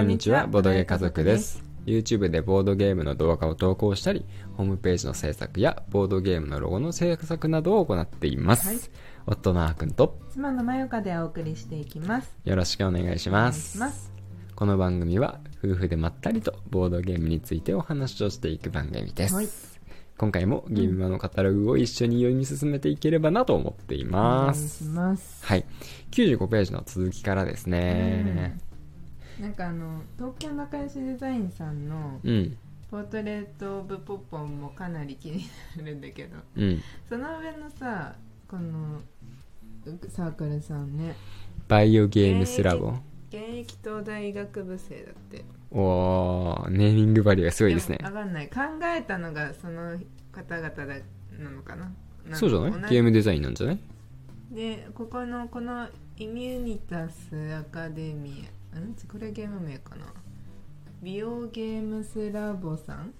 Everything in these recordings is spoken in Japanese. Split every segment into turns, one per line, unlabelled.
んにちはボードゲー家族です YouTube でボードゲームの動画を投稿したりホームページの制作やボードゲームのロゴの制作などを行っています、
はい
夫のあーくんと
妻のまよかでお送りしていきます
よろしくお願いし
お
ます
願いします
この番組は夫婦でまったりとボードゲームについてお話をしていく番組です、
はい
今回もゲームマのカタログを一緒に読み進めていければなと思っていま
お願い
す、
します
はい95ページの続きからですね
なんかあの東京仲良しデザインさんの
うん
ポートレート・オブ・ポッポンもかなり気になるんだけど
うん
その上のさこのうサークルさんね
バイオゲームスラボ、
現役東大医学部生だって
おーネーミングバリューがすごいですね
もわかんない考えたのがその方々だなのかななんか
そうじゃない
同じ
ゲームデザインなんじゃない
でここのこのイミュニタスアカデミアんこれゲーム名かな美容ゲームスラボさん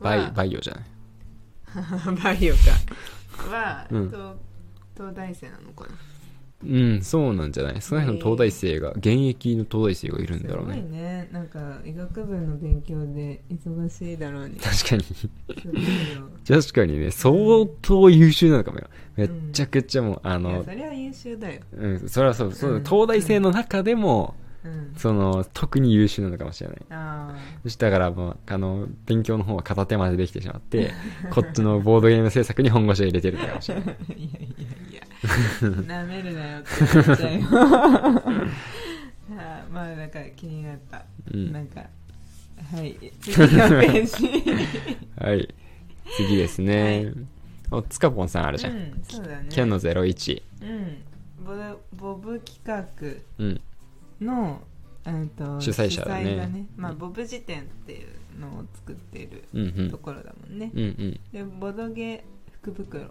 バイ
イ
バイオじゃない
バイオかは、
うん
東東大生なのかな
うんそうなんじゃないその辺の東大生が現役の東大生がいるんだろう
す
ね
ごいねなんか医学部の勉強で忙しいだろうに
確かに
すごいよ
確かにね相当優秀なのかもよめっちゃくちゃもう あ
いや
の
それは優秀だよ、
うんそれはそうそううん東大生の中でも
うん、
その特に優秀なのかもしれない
あ
そしたらもうあの勉強の方は片手までできてしまって こっちのボードゲーム制作に本腰を入れてるのかもしれない
あいやいやいやなめるなよって言っちゃうよ はあまあなんか気になった、
うん
なんかはい次のページ
はい次ですねおつかぽんさんあるじゃ
うんんそうだね
キャノ01
うんボボブ企画
うん
のえっと
主催者だね
主催がまあ、ボブ辞典っていうのを作ってる
うんう
と
ん
ころだもんね
う、んうん
でボドゲ福袋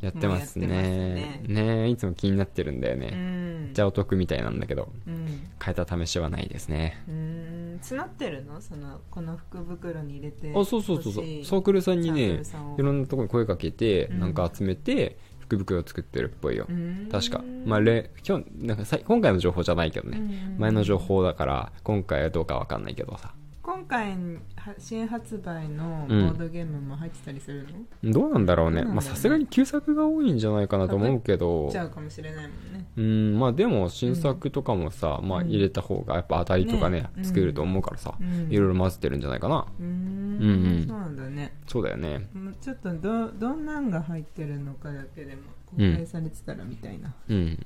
やってます
もうや
ね
ってます
ねいつも気になってるんだよ
う
ね
ん
じゃあお得みたいなんだけど
うん
変えた試しはないですね
うーん募ってるのそのこの福袋に入れて
あそうそうそうそう
欲しい
サークルさんに
サーク
ね
ルさんを
いろんなとこに声かけて、
うん
なんか集めて福袋を作ってるっぽいよ、
うーん
確かまあれ今日なんかさい今回の情報じゃないけどね、
うん
前の情報だから今回はどうかわかんないけどさ
今回は新発売のボ
うん
ードゲームも入ってたりするの、
どうなんだろうね
どうなんだろうね
まあさすがに旧作が多いんじゃないかなと思うけど
ちゃうかもしれないもんね
うんまあでも新作とかもさ、まあ入れた方がやっぱ当たりとかね
ねうん
作ると思うからさ、
うん
いろいろ混ぜてるんじゃないかな
うーん
うんうん
そうなんだね
そうだよね
もうちょっとどどんなんが入ってるのかだけでも公開されてたらみたいな、
うん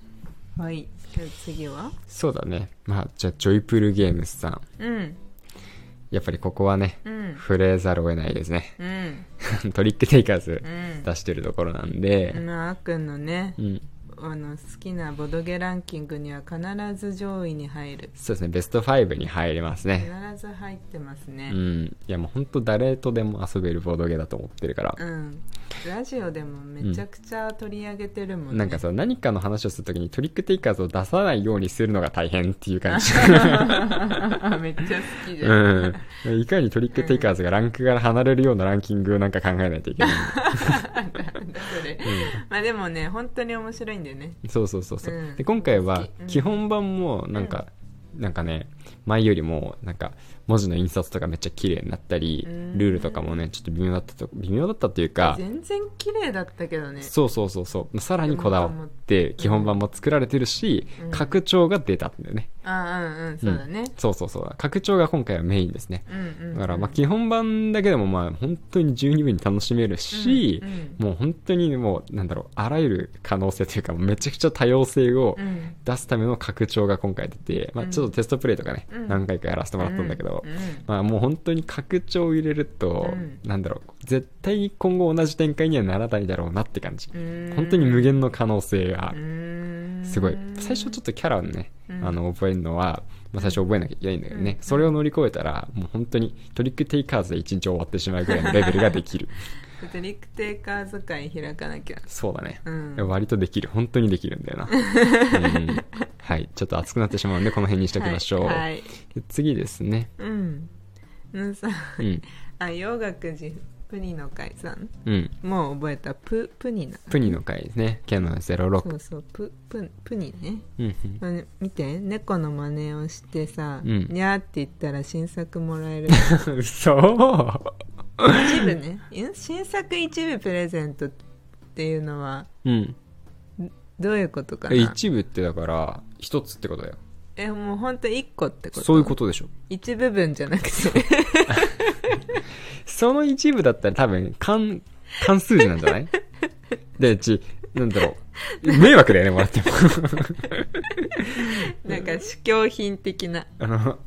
はいじゃあ次は
そうだねまあじゃあジョイプルゲームスさん
うん
やっぱりここはね
うん
触れざるを得ないですね
うん
トリックテイカーズ
うん
出してるところなんで、
まああっくんのね
うん、
あの好きなボドゲランキングには必ず上位に入る
そうですねベスト5に入れます
必
ね
ず入ってます
う
ね
んいやもうほんと誰とでも遊べるボードゲーだと思ってるから
うん、ラジオでもめちゃくちゃ取り上げてるもんね、
なんかさ何かの話をするときにトリックテイカーズを出さないようにするのが大変っていう感じ
めっちゃ好きじゃん、
うんいかにトリックテイカーズがランクから離れるようなランキングをなんか考えないといけない
なんだそれ、まあでもね本当に面白いんだよね
そうそうそうそう、
うん
で今回は
うん
基本版もなんか、なんかね前よりもなんか文字の印刷とかめっちゃ綺麗になったり
うん
ルールとかもねちょっと微妙だったと微妙だったというか
全然綺麗だったけどね
そうそうそうそうさらにこだわって基本版も作られてるし、
うん
拡張が出たんだよね
ああうんうんそうだね、
そうそうそう拡張が今回はメインですね
うん、うんうん
だからまあ基本版だけでもまあ本当に十二分に楽しめるし、
うんうん
もう本当にもうなんだろうあらゆる可能性というかめちゃくちゃ多様性を
うん
出すための拡張が今回出て、まあ、
うん
ちょっとテストプレイとかね、
うん
何回かやらせてもらったんだけど、
うんうん
まあ、もう本当に拡張を入れると、
うん
なんだろう絶対に今後同じ展開にはならないだろうなって感じ、
うん
本当に無限の可能性が
うん
すごい最初ちょっとキャラをね、
うん
あの覚えるのは、まあ、最初覚えなきゃいけないんだけどね、
うん
それを乗り越えたらもう本当にトリックテイカーズで一日終わってしまうぐらいのレベルができる
トリックテイカー使い開かなきゃ
そうだね、
うん
割とできる本当にできるんだ よな、うんはいちょっと熱くなってしまうんでこの辺にしておきましょう、
はい、はい
で次ですね
うんあのさ、
うん
あ洋楽寺プニの会さん
うん。
もう覚えたププニナ
プニの回ですね。ケの06。
そうそうプププニね
うん
あの見て猫の真似をしてさ、
うん
にゃーって言ったら新作もら える
うん。嘘
一部ねん新作一部プレゼントっていうのは
うん。
どういうことか
え
な
一部ってだから、一つってことだよ。
えもうほんと一個ってこと
そういうことでしょ。
一部分じゃなくて
その一部だったら多分、関、関数字なんじゃないで、ち、なんだろう。迷惑だよね、もらっても。
なんか試供品的な
あの、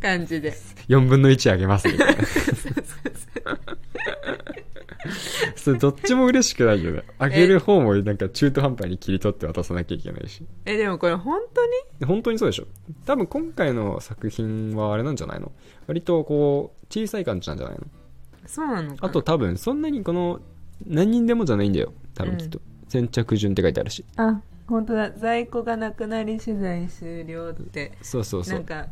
感じで
4分の1あげますみたいな。それどっちも嬉しくないよね。あげる方もなんか中途半端に切り取って渡さなきゃいけないし。
えでもこれ本当に
で本当にそうでしょ。多分今回の作品はあれなんじゃないの割とこう、小さい感じなんじゃないの
そうなのかな
あと多分そんなにこの、何人でもじゃないんだよ。多
う
分
ん
きっと。先着順って書いてあるし。
あ本当だ在庫がなくなり取材終了って
そうそうそ
な。
うん
か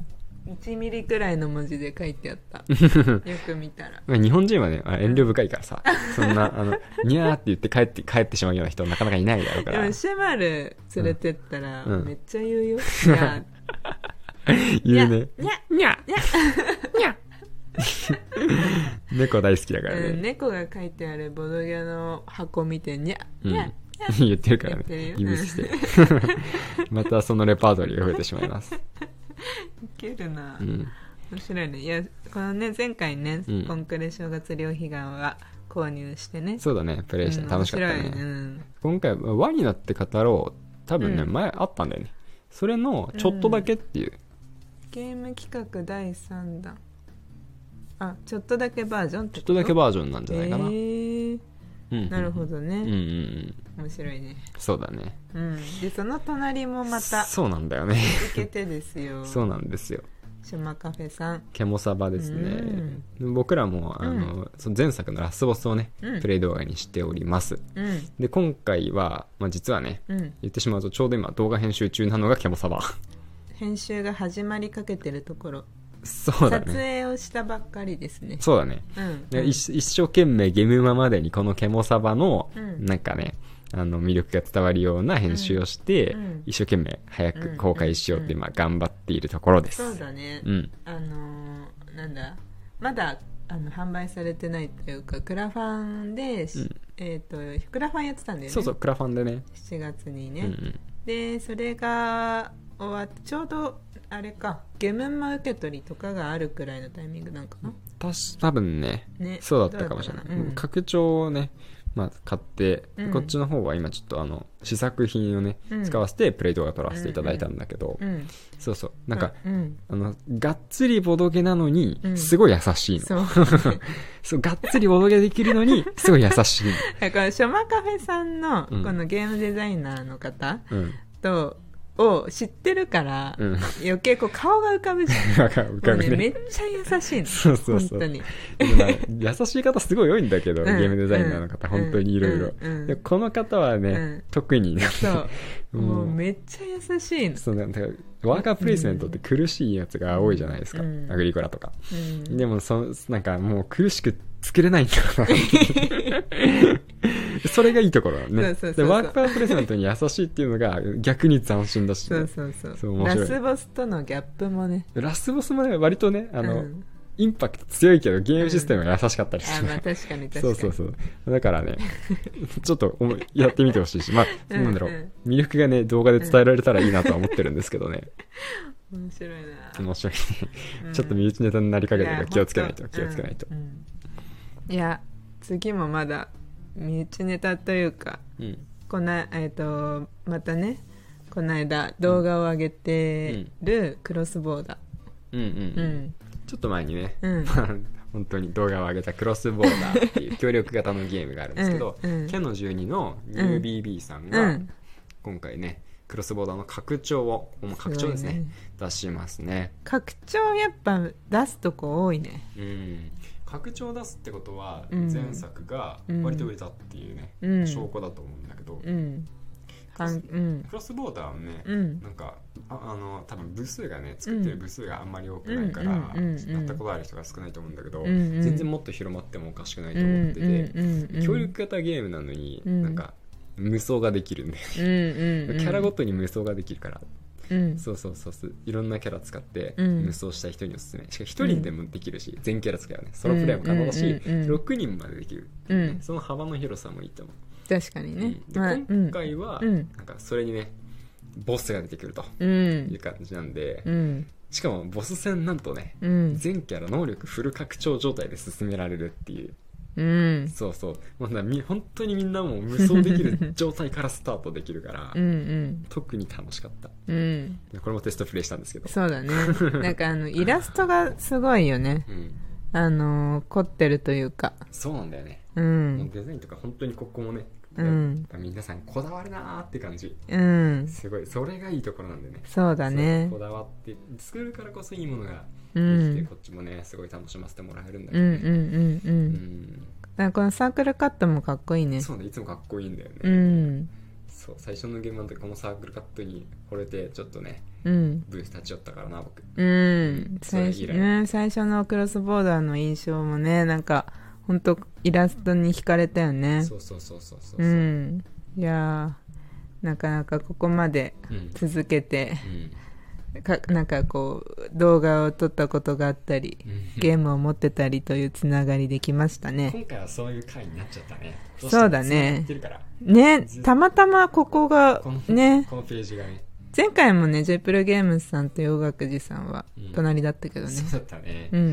1ミリくらいの文字で書いてあった よく見たら
まあ日本人はね、あ遠慮深いからさ、そんな、あの、にゃーって言って帰って、帰ってしまうような人なかなかいないだろうか
で
ら
も、シェマル連れてったら
うん
めっちゃ言うよ、いや
言うね。
にゃ
にゃにゃにゃ 猫大好きだから
うん、
ね。
猫が書いてあるボドゲの箱見てにゃ
うん
にゃ、
言ってるからね。
言っ
イ
てるよ
メージして。 またそのレパートリーが増えてしまいます。
いけるな、
うん。
面白いねいやこのね前回ね、
うん
コンクレ正月両悲願は購入してね
そうだね、プレイして
うん
楽しかった
面白い
ね。
うん
今回、輪になって語ろう。多分ね、
うん
前あったんだよね。それの、ちょっとだけっていう。
ゲーム企画第3弾あちょっとだけバージョンっ
ち
て
ょっとだけバージョンなんじゃないかな。
えー
うん
なるほ
ど。
ど
うんうんう
ね、
ん。
面白いね、
そうだね。
うん、でその隣もまた
そうなんだよね。
いけてですよ
そうなんですよ。
島カフェさん
ケモサバですね、僕らもあの、その前作のラスボスをね、
うん
プレイ動画にしております
うん
で今回は、まあ、実はね
うん
言ってしまうとちょうど今動画編集中なのがケモサバ
編集が始まりかけてるところ、
そうだ
撮
ね
影をしたばっかりですね
そうだね
うん
で
うん
一一生懸命ゲムマまでにこのケモサバの、
うん
なんかねあの魅力が伝わるような編集をして、
うん
一生懸命早く公開しようって
うん
今頑張っているところです
そうだね、
うん
あのーなんだまだあの販売されてないというかクラファンでし、
うん
えー、とクラファンやってたんだよね
そうそうクラファンでね
7月にね、
うんうん
でそれが終わってちょうどあれかゲムンマ受け取りとかがあるくらいのタイミングなんかな
たし多分ね
ね
そうだったかもしれない、
どうだったか
拡張をね、まあ、買って、
うん
こっちの方は今ちょっとあの試作品をね、
うん
使わせてプレイ動画撮らせていただいたんだけど、
なうん
そうそうなんか、
うん、
あのがっつりボドゲなのに
うん
すごい優しいの、
そう
そうがっつりボドゲできるのにすごい優しい
だからショマカフェさんのこ
うん
のゲームデザイナーの方
のうん
とを知ってるから、
うん
余計こう顔が浮かぶじゃん
わかる 浮かぶ
もうめ
ね
っちゃ優しいの
そうそうそう
本当に、
でもな優しい方すごい多いんだけど、
うん
ゲームデザイナーの方、
うん
本当にいろいろ
うんうん
でこの方はね、
うん
特にね
そ う
もう
もうめっちゃ優しい の、
そうなんだからワーカープレイスメントって苦しいやつが多いじゃないですか、
うん
アグリコラとか、
うん、
でもそなんかもう苦しく作れないんだろう なそれがいいところだね
そうそうそうそう
でワーカープレイスメントに優しいっていうのが逆に斬新だし、
そうそうそう
そう面
ラ
白い
スボスとのギャップもね
ラスボスもね割とねあの、
うん
インパクト強いけどゲームシステムが優しかったりし
あ
て、
まあ確かに確か
そう
に
そうそうだからねちょっとおもやってみてほしいしまあ
うんうん
なんだろう魅力がね動画で伝えられたらいいなとは思ってるんですけどね、
面白いな、
面白いね
うん
ちょっと身内ネタになりかけてるから
や
気をつけないと
本当
気をつけないと
う、んうんいや次もまだ身内ネタというか
うん
こなえっ、とまたねこの間動画を上げてるクロスボーダ
うんうん
ーうん
ちょっと前にね、
うん
本当に動画を上げたクロスボーダーっていう協力型のゲームがあるんですけど、
うんうん
キャノ12の UBB さん
う
が
ん
今回ねクロスボーダーの拡張をもう拡張ですね
すごいね
出しますね
拡張やっぱ出すとこ多いね
うん拡張を出すってことは
うん
前作が割と売れたっていうね、
うん
証拠だと思うんだけど、
うんかんうん
クロスボーダーはね、
うん
なんかああの多分部数がね作ってる部数があんまり多くないから、
うんうんうんうん
やったことある人が少ないと思うんだけど、
うんうん
全然もっと広まってもおかしくないと
うん
思ってて、
うんうんうん
協力型ゲームなのに、
うん
なんか無双ができるんで、
うんうんうん
キャラごとに無双ができるから、
うん
そうそうそうそういろんなキャラ使って
うん
無双したい人におすすめしかも一人でもできるし、全キャラ使うよねソロプレイも可能だし、
うんうんうん
6人までできる、
うん
その幅の広さもいいと思
確かに
う、
ね、
うんで
まあ
今回は、
うん
なんかそれにねボスが出てくると
うん
いう感じなんで、
うん
しかもボス戦なんとね
うん
全キャラ能力フル拡張状態で進められるっていう
うん
そうそうもうなみ本当にみんなもう無双できる状態からスタートできるから、
うんうん
特に楽しかった
うん
でこれもテストプレイしたんですけど、
そうだねなんかあのイラストがすごいよね
うん、
あのー凝ってるというか
そうなんだよね、
う
もうんデザインとか本当にここもね、
うん
皆さんこだわるなーって感じ
うん
すごいそれがいいところなんだよね
そうだね
そうこだわって作るからこそいいものが
う
できて、
ん
こっちもねすごい楽しませてもらえるんだ
う
け
ん
ど、
うん
ね
うんう
う
ん
ん
なんかこのサークルカットもかっこいいね
そうねいつもかっこいいんだよね、
うん
そう最初の現場の時このサークルカットに惚れてちょっとね
うん
ブース立ち寄ったからな僕
うん最
そ
初
れ以来
ね最初のクロスボーダーの印象もねなんか本当イラストに惹かれたよね
そうそうそうそうそう
う
そう、
んいやーなかなかここまで
うん
続けて
うん
かなんかこう動画を撮ったことがあったりゲームを持ってたりというつながりできましたね
今回はそういう回になっちゃったねどしても
そうだね
やってるから
ねたまたまここが
この,、
ね
このページがね
前回もね J プロゲームズさんと洋楽寺さんは
うん
隣だったけどね
そうだったね
う
うん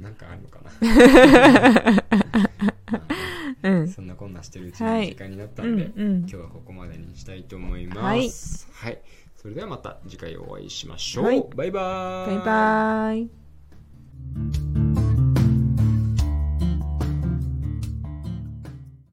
んなんかあるのかな
うんうん
そんなこんなしてるうち
はい
に時間になった
うん
で、
んうん
今日はここまでにしたいと思いますはい、それではまた次回お会いしましょう、
はい
バイバ
バ
ー
イバー
「
イ